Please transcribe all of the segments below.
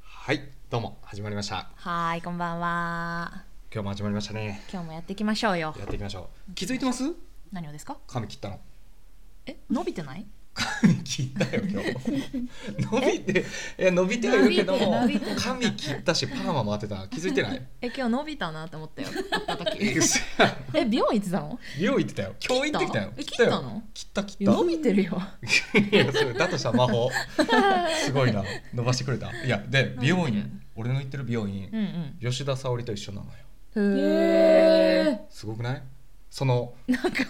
はいどうも始まりましたはーい、こんばんは。今日も始まりましたね今日もやっていきましょうよや。っていきましょう気づいてます何をですか。髪切ったの え、伸びてない。髪切ったよ 今日伸びていや伸びてはいるけども伸びてる伸びてる髪切ったしパーマも当てた気づいてないえ、今日伸びたなって思ったよ。会ったえ時。嘘やん え、美容院行ってたの。美容院行ってたよ今日行ってきたよえ切った切ったよの切った切いったや伸びてるよ。いやそれだとしたら魔 法すごいな伸ばしてくれたいやで美容院俺の行ってる美容院、うんうん。吉田沙保里と一緒なのよへすごくないそのえ。なんか。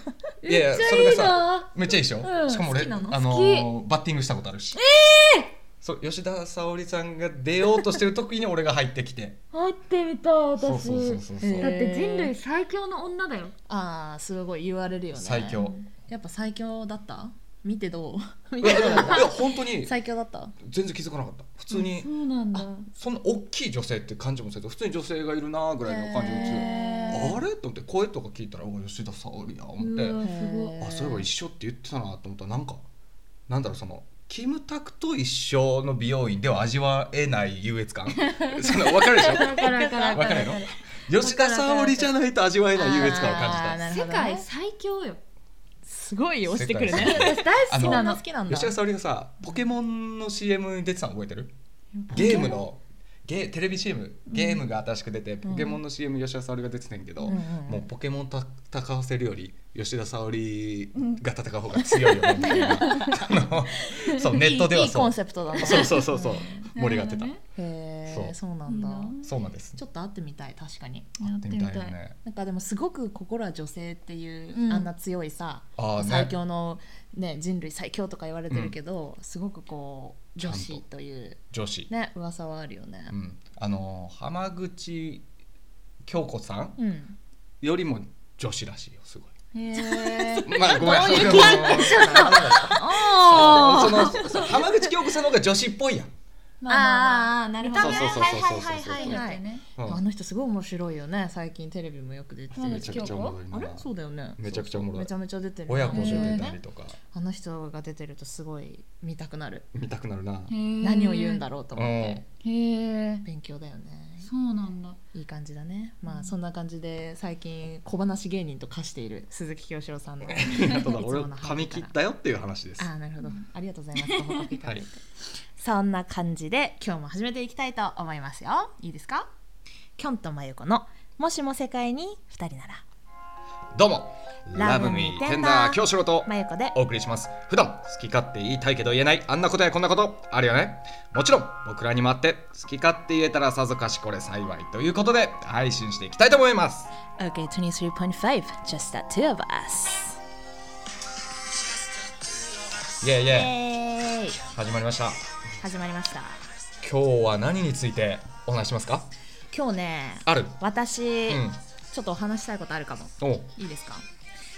いやいやめっちゃそれがいいさなめっちゃいいでしょ、うんしかも俺好きなのあのーバッティングしたことあるしそう吉田沙保里さんが出ようとしてる時に俺が入ってきて入ってみたいそう私そうそうそうそう、えだって人類最強の女だよああ、すごい言われるよね。最強。やっぱ最強だった。見てどう。見いやてでどもういだっや本当にた。 最強だった。全然気づかなかった普通に、そうなんだそんな大きい女性って感じもせず普通に女性がいるなぐらいの感じがしてへーあれと思って声とか聞いたら「お吉田沙保里や」思って、うわすごいあそういえば一緒って言ってたなと思ったらなんかなんだろうそのキムタクと一緒の美容院では味わえない優越 感その分かるでしょだからだからわかるやろ吉田沙保里じゃないと味わえない優越感を感あーじなるほ世どね界最強よすごい押してくる世ね。私大あ好のそきなんなの好きなんただ吉。田沙保里がさポケモンの CM に出てたの覚えてるゲームのゲーテレビ CM ゲームが新しく出て、ポケモンの CM 吉田沙保里が出てたんやけど、うんうんもうポケモンと戦わせるより吉田沙保里が戦う方が強いよねみた いな、あのそうネットではいいいいコそうンセプトだね。そうそうそうそう盛り上がってた、なるへそえ、うそうなんだ。いいなそうなんですちょっと会ってみたい、確かに。ややっっててみみたたいいよねなんかでもすごく心は女性っていう、うんあんな強いさ、あーね最強の、ね、人類最強とか言われてるけど、すごくこうちゃん女と子という女子、ね噂はあるよねう。ん、あの浜口京子さんうんよりも女子らしいよすごい。へえ まあごめん。どういうそのあそのその浜口京子さんの方が女子っぽいやん。ー、まああーなる見ほたど目そうね。そうはいはいはいはいそうそうそうそうはいねうんあの人すごい面白いよね最近テレビもよく出てるめちゃくちゃおもろいなあれそうだよねめちゃくちゃおもろいめちゃめちゃ出てる親子で出出たたりねとかあの人が出てるとすごい見たくなる見たくなる な。何を言うんだろろうとう思ってん。うへえ勉強だよねそうなんだいい感じだねまあそんな感じで最近小話芸人と化している鈴木清志郎さん あのとだいつもの俺配信髪切ったよっていう話です。ああなるほどありがとうございますご 報告いたはだいいて、。そんな感じで今日も始めていきたいと思いますよいいですかきょんとまゆこのもしも世界に二人ならどうもララブブミミーーテテンンダダーー京志郎とまゆこでお送りします普段好き勝手言いたいけど言えないあんなことやこんなことあるよねもちろん僕らにもあって好き勝手言えたらさぞかしこれ幸いということで配信していきたいと思います OK 23.5 just the two of us イエイイイエエーイイ始まりました始まりました今日は何についてお話しますか今日ねある私、うんちょっとお話したいことあるかもおういいですか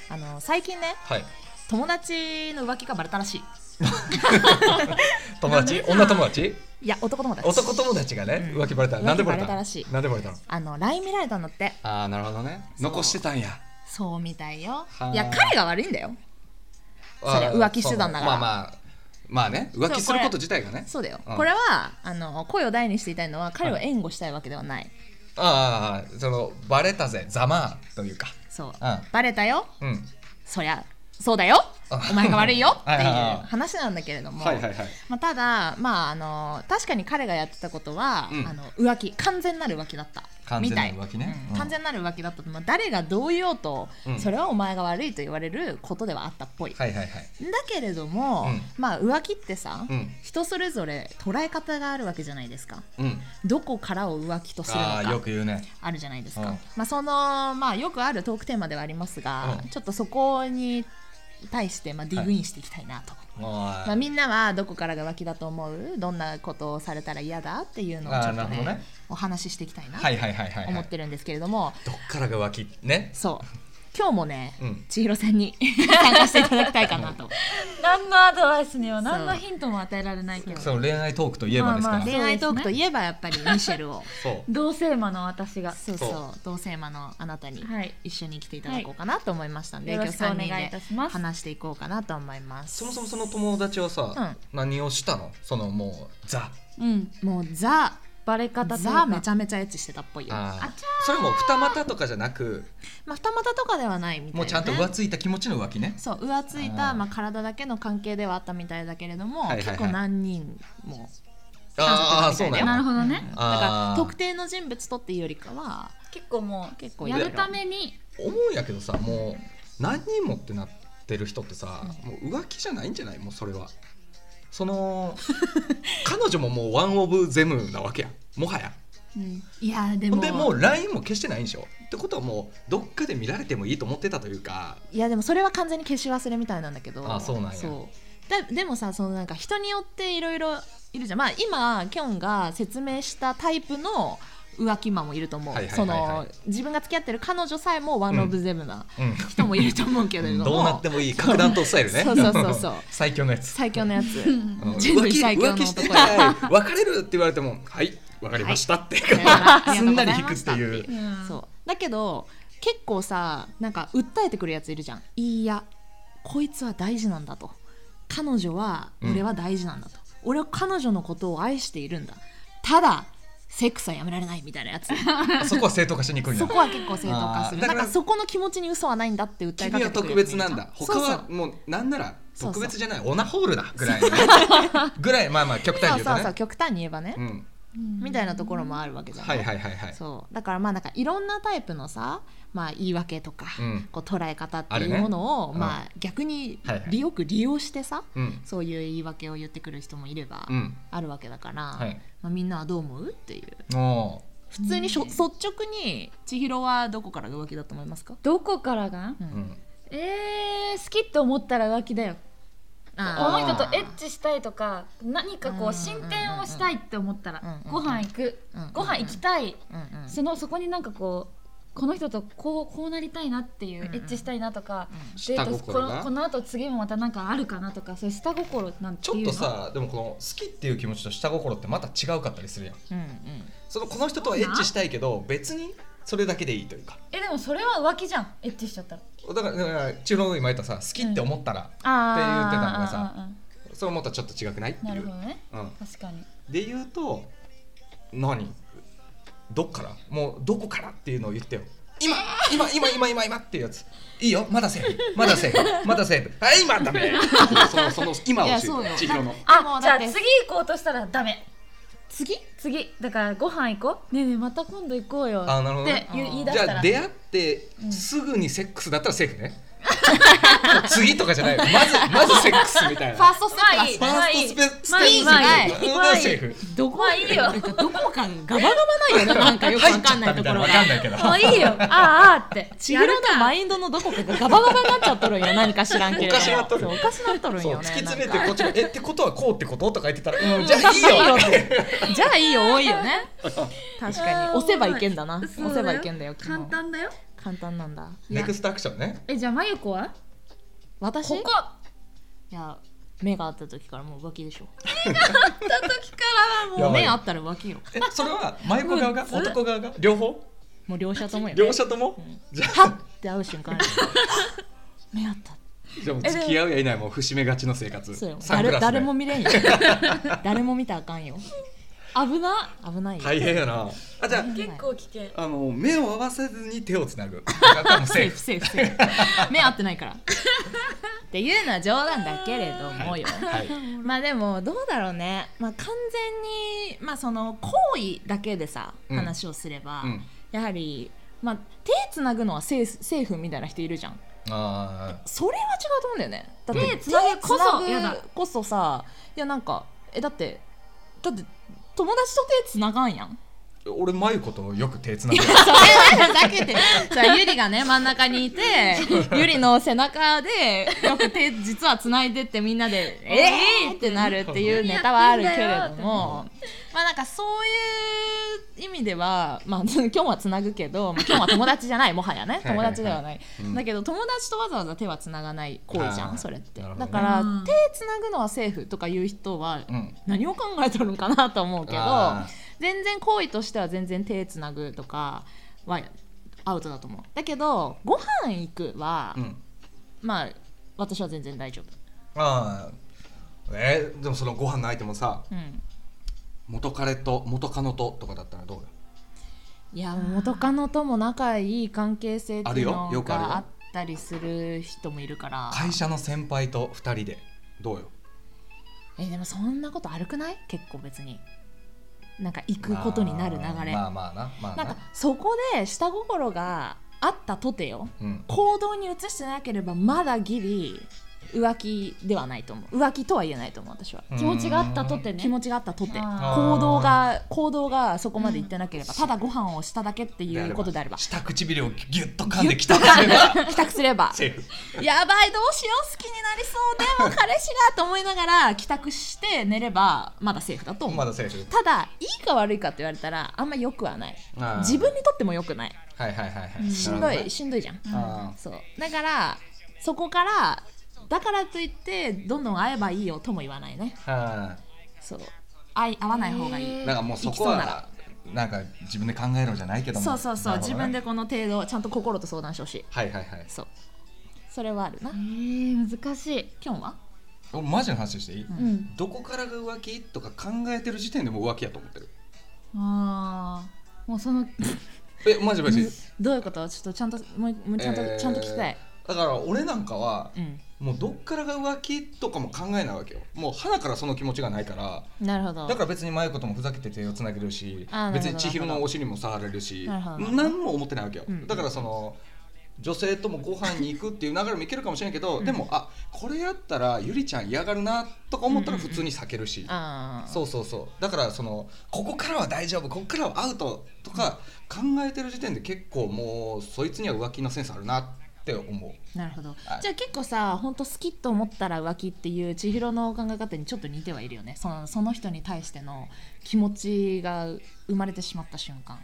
あの最近ねはい友達の浮気がバレたらしい友達女友 達いや男友達男友達がねうん浮気バレたなんでバレ浮気バレたたらしいなんでバレたのあの LINE 見られたんだってああなるほどねそう残してたんやそうみたいよはいいや彼が悪いんだよそれあー浮気してたんだからそうまあまあまあね浮気すること自体がねそうだよ、うんこれはあの声を大にしていたいのは彼を援護したいわけではない、ああそのバレたぜざまあというかそう、うんバレたようんそりゃそうだよあお前が悪いよって いはういはいはい話なんだけれども、いはいまあ、ただ、まあ、あの確かに彼がやってたことは、うんあの浮気完全なる浮気だった完全なる浮気ねみたいうん完全なる浮気だったと、まあ、誰がどう言おうと、うんそれはお前が悪いと言われることではあったっぽい、はいはいはいだけれども、うんまあ、浮気ってさ、うん人それぞれ捉え方があるわけじゃないですかうんどこからを浮気とするのああよかく言うねあるじゃないですか、うんまあ、その、まあ、よくあるトークテーマではありますが、うんちょっとそこに対して、まあ、ディグインしていきたいなと。ままあ、みんなはどこからが浮気だと思うどんなことをされたら嫌だっていうのをあーちょっなとるねほどねお話ししていきたいなはいとはいはいはいはい思ってるんですけれども、どっからが浮気ねそう今日もね、うん千尋さんに 参加していただきたいかな と何のアドバイスにはそう何のヒントも与えられないけどその恋愛トークといえばですからまあまあ恋愛トークといえばやっぱりミシェルをそう同性魔の私がそうそうそ同性魔のあなたにはい一緒に来ていただこうかなと思いましたんで、よ今ろ日しくお3願人いいたでします話していこうかなと思いますそもそもその友達はさう何をしたのそのもうザうんもうザバレ方というザかめちゃめちゃエッチしてたっぽいよあああちそれも二股とかじゃなくまあ二股とかではないみたいな、ね、もうちゃんと浮ついた気持ちの浮気ねそう浮ついたあーまあ、体だけの関係ではあったみたいだけれども、はいはいはい結構何人もああそそううななんんだだよなるほどねだあかーら特定の人物とっていうよりかは結構も結う構いやろいろるために思うんやけどさもう何人もってなってる人ってさもう浮気じゃないんじゃないもうそれはその 彼女ももうワン・オブ・ゼムなわけやもはやいやでほんもでもう LINE も消してないんでしょってことはもうどっかで見られてもいいと思ってたというかいやでもそれは完全に消し忘れみたいなんだけどあそうなんやそうだでもさそのなんか人によっていろいろいるじゃんまあ今キョンが説明したタイプの浮気魔もいると思う、はいはいそはいはのい自分が付き合ってる彼女さえもワンオブゼムなう人もいると思うけれどんもどうなってもいい格段とスタイルねそうそうそうそう 最強のやつ最強 のやつうん人類最強の浮気して男ない別れるって言われてもはい分かりましたって、はいすんなり引くっていううんそうだけど結構さなんか訴えてくるやついるじゃんいいやこいつは大事なんだと彼女はうん俺は大事なんだと、俺は彼女のことを愛しているんだただセックスはやめられないみたいなやつそ こは正当化しにくいんだそこは結構正当化すあーるだなかんらかそこの気持ちに嘘はないんだって訴え君かけはてく特るやついるじ別ゃなんだ他そうはもうなんならそうそう特別じゃないオナホール だぐらいのねぐらいまあまあ極端そうに言うとそうそうね極端に言えばね、うんうんみたいなところもあるわけじゃな、はいいはいはいはいそうだからまあなんかいろんなタイプのさ、まあ、言い訳とか、うんこう捉え方ってあるいねうものを、うんまあ、逆にはいはい利よく利用してさ、うんそういう言い訳を言ってくる人もいれば、うんあるわけだから、はいまあ、みんなはどう思うっていうも普通にしょ、率直に千尋はどこからが浮気だと思いますか、どこからがうう、うん、えー、好きって思ったら浮気だよこあーの人とエッチしたいとか何かこうんう進展をしたいって思ったらうんうんうんご飯行くうんご飯行きたいうんうんそのそこになんかこうこの人とこうこうなりたいなっていううんうんエッチしたいなとかうデート下心がこのこの後次もまたなんかあるかなとかそういう下心なんてちょっいうとのさでもこの好きっていう気持ちと下心ってまた違うかったりするやんうんそのこの人とはエッチしたいけど別にそれだけでいいというかえでもそれは浮気じゃんエッチしちゃったらってだからだから中野が今言ったさ好きって思ったら、って言ってたのがさそう思ったらちょっと違くないっていうなるほどねうん、確かにで言うと何どっからもうどこからっていうのを言ってよ今今今今今今っていうやついいよまだセーフまだセーフまだセーフはい今ダメそのその今をいや知るそうよ千尋のでもあじゃだってあ次行こうとしたらダメ次次だからご飯行こうねえねえまた今度行こうよあなるほっどてね言あー言い出じしたゃあら出会ってうんすぐにセックスだったらセーフね次とかじゃないまずまずセックスみたいなファーストステップまあいいファーストスペステまあいいまあいいージまあいいセーフどこまあいいよなんかどこかがガバガバないよねなんかよくわかんない入っちゃったみところたいなわがかんないけどもうい いよあーあーって千尋のマインドのどこかがガバガバになっちゃ っとるんよ何か知らんけれどおもかしなっとるそうおかしなっとるんそう突よねき詰めなんてかこっちも「えってことはこうってこと?」とか言ってたら「うんじゃあいいよ」じゃあいいよ多い よね確かに押せばいけんだなあーそうだよ押せばいけんだよ昨日簡単だよ簡単なんだネクストアクションねえじゃあまゆこは私ここいや目があった時からもう浮気でしょ時からはもやうばい目あったら浮気よえそれは舞子側がうん男側が両方もう両者ともよ両者ともんじゃはあっって会う 瞬間ある目あったじゃあもう付き合うやいないもう節目がちの生活そうよサング誰ラス誰でも見れんよ誰も見たらあかんよ危な危ないよ、大変やなあじゃ結構危険ああの目を合わせずに手をつなぐだからもうセーセーフフセーフセーフ目合ってないからっていうのは冗談だけれどもよ、 はいまあでもどうだろうね、まあ、完全に、まあ、その行為だけでさうん話をすれば、うんやはり、まあ、手つなぐのはセーフセーフみたいな人いるじゃんあそれは違うと思うんだよねだって手つなぐこそ手つやなだぐこそさいやなんかえだってだって友達と手つながんやんー俺舞子とよく手つなぐそれはふざけてるじゃあゆりがね真ん中にいて ゆりの背中でよく手実はつないでってみんな で「えー!」ってなるっていうネタはあるけれどもまあなんかそういう意味ではまあ 今日はつなぐけど、まあ、今日は友達じ ゃないもはやねはい友達ではないうんだけど友達とわざわざ手はつながない行為じゃあーんそれってなるほどだねからうん手つなぐのはセーフとかいう人はうん何を考えとるんかなと思うけどあー全然行為としては全然手つなぐとかはアウトだと思うだけどご飯行くは、うんまあ私は全然大丈夫ああえーでもそのご飯の相手もさうん元彼と元カノととかだったらどうだいや元カノとも仲いい関係性っていうあるよよのくあるよがあったりする人もいるから会社の先輩と二人でどうよえでもそんなこと悪くない結構別になんか行くことになる流れ、まあまあまあなまあなんかそこで下心があったとてようん、行動に移してなければまだギリ浮気ではないと思う浮気とは言えないと思う私は、気持ちがあったとってね気持ちがあったとてあー行動が行動がそこまでいってなければ、ただご飯をしただけってていうことであれば下唇をギュッと噛んできたとすれば 帰宅すれば セーフやばいどうしよう好きになりそうでも彼氏がと思いながら帰宅して寝ればまだセーフだと思う、まだセーフただいいか悪いかって言われたらあんま良くはないあー自分にとっても良くないはいはいはいはいしんどいしんどいじゃんあそうだからそこからだからといってどんどん会えばいいよとも言わないねあはそう会い会わない方がいいいなんかもうそこはなんか自分で考えろじゃないけどもそうそうそう、なるほ自どね分でこの程度ちゃんと心と相談してほしいはいはいはいそうそれはあるなえー、難しい、きょんは俺マジの話していい、んうん、どこからが浮気とか考えてる時点でもう浮気やと思ってるあーもうそのえマジマジどういうことちょっとちゃんともうもうちゃんと、えーちゃんと聞きたいだから俺なんかはうんもうどっからが浮気とかも考えないわけよもう花からその気持ちがないからなるほどだから別に真子ともふざけて手をつなげるしあーなるほど別に千尋のお尻も触れるしなるほどなるほど何も思ってないわけよ、うんだからその女性ともご飯に行くっていう流れもいけるかもしれんけど、でもあこれやったらゆりちゃん嫌がるなとか思ったら普通に避けるし、あーそうそうそうだからそのここからは大丈夫ここからはアウトとか考えてる時点で結構もうそいつには浮気のセンスあるなって思うなるほどはいじゃあ結構さ本当好きと思ったら浮気っていう千尋の考え方にちょっと似てはいるよねそのその人に対しての気持ちが生まれてしまった瞬間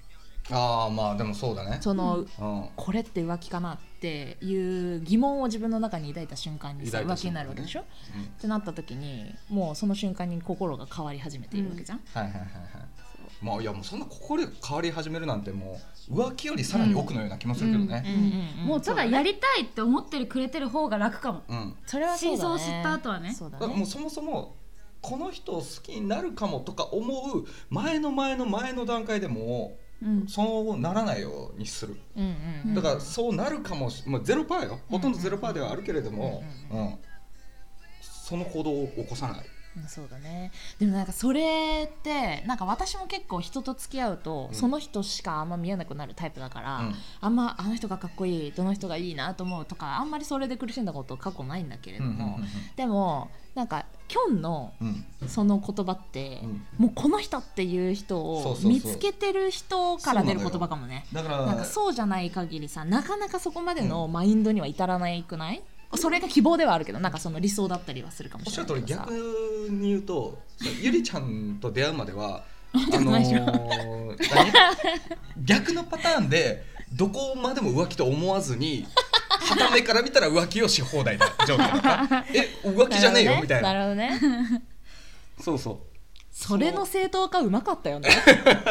ああまあでもそうだねその、うんこれって浮気かなっていう疑問を自分の中に抱いた瞬間にさ抱いた浮気瞬間になねるわけでしょ、うんってなった時にもうその瞬間に心が変わり始めているわけじゃん、はいはいはいはいまあいやもうそんな心で変わり始めるなんてもう浮気よりさらに奥のような気もするけどねうんうんもうただそうねやりたいって思ってるくれてる方が楽かもうん、それはそうだね真相を知った後はねそうだだからもうそもそもこの人を好きになるかもとか思う前の前の前の段階でもうんうそうならないようにするうんうんうんだからそうなるかもし、まあ、ゼロパーよほとんどゼロパーではあるけれども、うんその行動を起こさないうんそうだねでもなんかそれってなんか私も結構人と付き合うと、うんその人しかあんま見えなくなるタイプだから、うんあんまあの人がかっこいいどの人がいいなと思うとかあんまりそれで苦しんだこと過去ないんだけれども、でもなんかキョンのうんうんその言葉って、うんもうこの人っていう人そうをそうそう見つけてる人から出る言葉かもねだからなんかそうじゃない限りさなかなかそこまでのマインドには至らないくない、それが希望ではあるけどなんかその理想だったりはするかもおっししれゃなるい通りけどさ逆に言う とそうゆりちゃんと出会うまではあとのないでしょー何 逆のパターンでどこまでも浮気と思わずに傍目から見たら浮気をし放題な状態だった え浮気じゃねえよみたいなるほどねる ほどねそうそうそれの正当化うまかったよね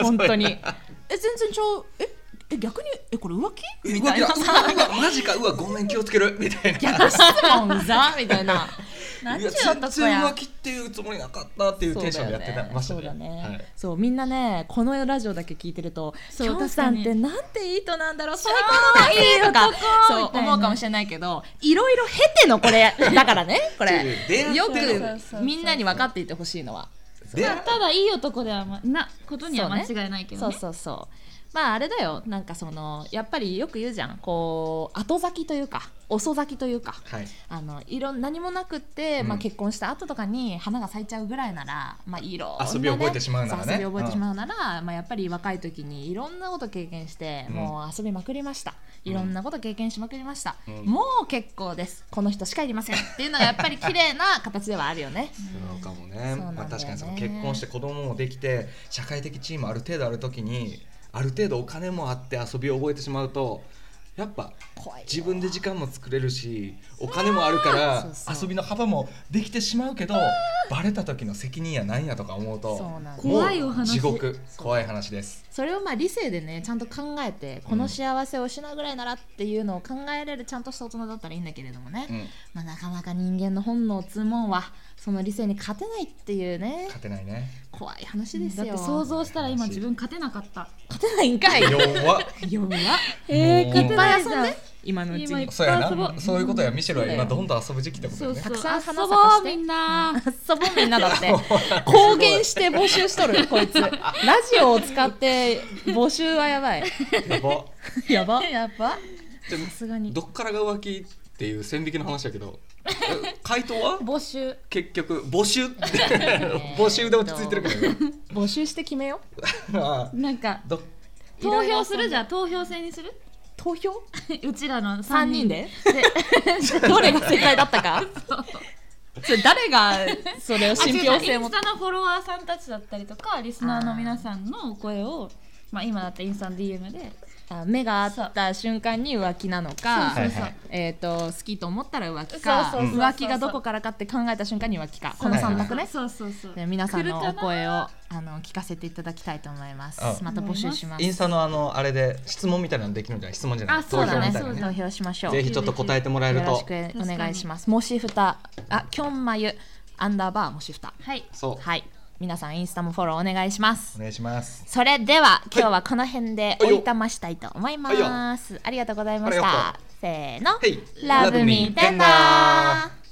本当にえ全然ちゃうええ逆にえこれ浮気え浮み気たいだなうわうわマジかうわごめん気をつけるみたいな 逆質問うざみたいななんいちゅやう男全然浮気っていうつもりなかったっていうテンションでやってたましたそうねだね、はいそうみんなねこのラジオだけ聞いてるとそうきょんさんっ確かてになんていい人なんだろう最高のいいとかみそうたいな思うかもしれないけどいろいろ経てのこ れだからね これ出会ってよそうそうそうそうくみんなに分かっていてほしいのは出会っただいい男では、ま、なことには間違いないけどそうねそうそうまああれだよなんかそのやっぱりよく言うじゃんこう後咲きというか遅咲きというかはいあのいろん何もなくって、まあ、うん結婚した後とかに花が咲いちゃうぐらいなら、まあ、いろんな、ね、遊びを覚えてしまうならねそう遊びを覚えてしまうなら、まあ、やっぱり若い時にいろんなこと経験して、うんもう遊びまくりましたいろんなこと経験しまくりました、うんもう結構ですこの人しかいりませんっていうのがやっぱり綺麗な形ではあるよねそうかもねそうなんだよねまあ、確かにその結婚して子供もできて社会的地位もある程度ある時にある程度お金もあって遊びを覚えてしまうとやっぱ怖いよ自分で時間も作れるしお金もあるかそうらそう遊びの幅もできてしまうけどバレた時の責任やなんやとか思うとそうなんですもう怖いお話地獄怖い話ですそれをまあ理性でねちゃんと考えてこの幸せを失うぐらいならっていうのを考えれるちゃんとした大人だったらいいんだけれどもね、うんまあ、なかなか人間の本能を積むもんはその理性に勝てないっていうね勝てないね怖い話ですだよって想像したら今自分勝てなかった勝てないんかい 弱っ弱えー勝てないじじゃゃんん今のうち今いっにそう や遊ぼなうそういうことやミシェルは今どんどん遊ぶ時期ってことだよねたくくささんん花花咲かし咲しててみんな遊ぼうみんなだって公言して募集しとるこいつラジオを使って募集はやばいやばやばやばじゃさすがにどっからが浮気っていう線引きの話やけどえ回答は募集結局募集ってー募集で落ち着いてるけどね募集して決めようあーなんかど投票するじゃん投票制にする 投票うちらの3 3人人でどれが正解だったか それ誰がそれを 信憑性を持あ違うインスタのフォロワーさんたちだったりとかリスナーの皆さんのお声をまあ今だったらインスタの DM であ目が合った瞬間に浮気なのかそうそうそうはいはいえー、と好きと思ったら浮気かそうそうそうそう浮気がどこからかって考えた瞬間に浮気かこのはいはい3択ねそうそうそうで皆さんの来おるかな声をあの聞かせていただきたいと思いますあまた募集しまインすスタのあのあれで質問みたいなのできるんじゃない質問じゃないあそうだ投票ねみたいなそ投票しましょうぜよひちょっと答えてもらえるろとしくお願いしますもしふたあきょんまゆアンダーバーもしふたはいそうはい皆さんインスタもフォローお願いしますお願いしますそれでは今日はこの辺ではいおいたましたいと思います、ありがとうございましありがたせーのはい Love me tender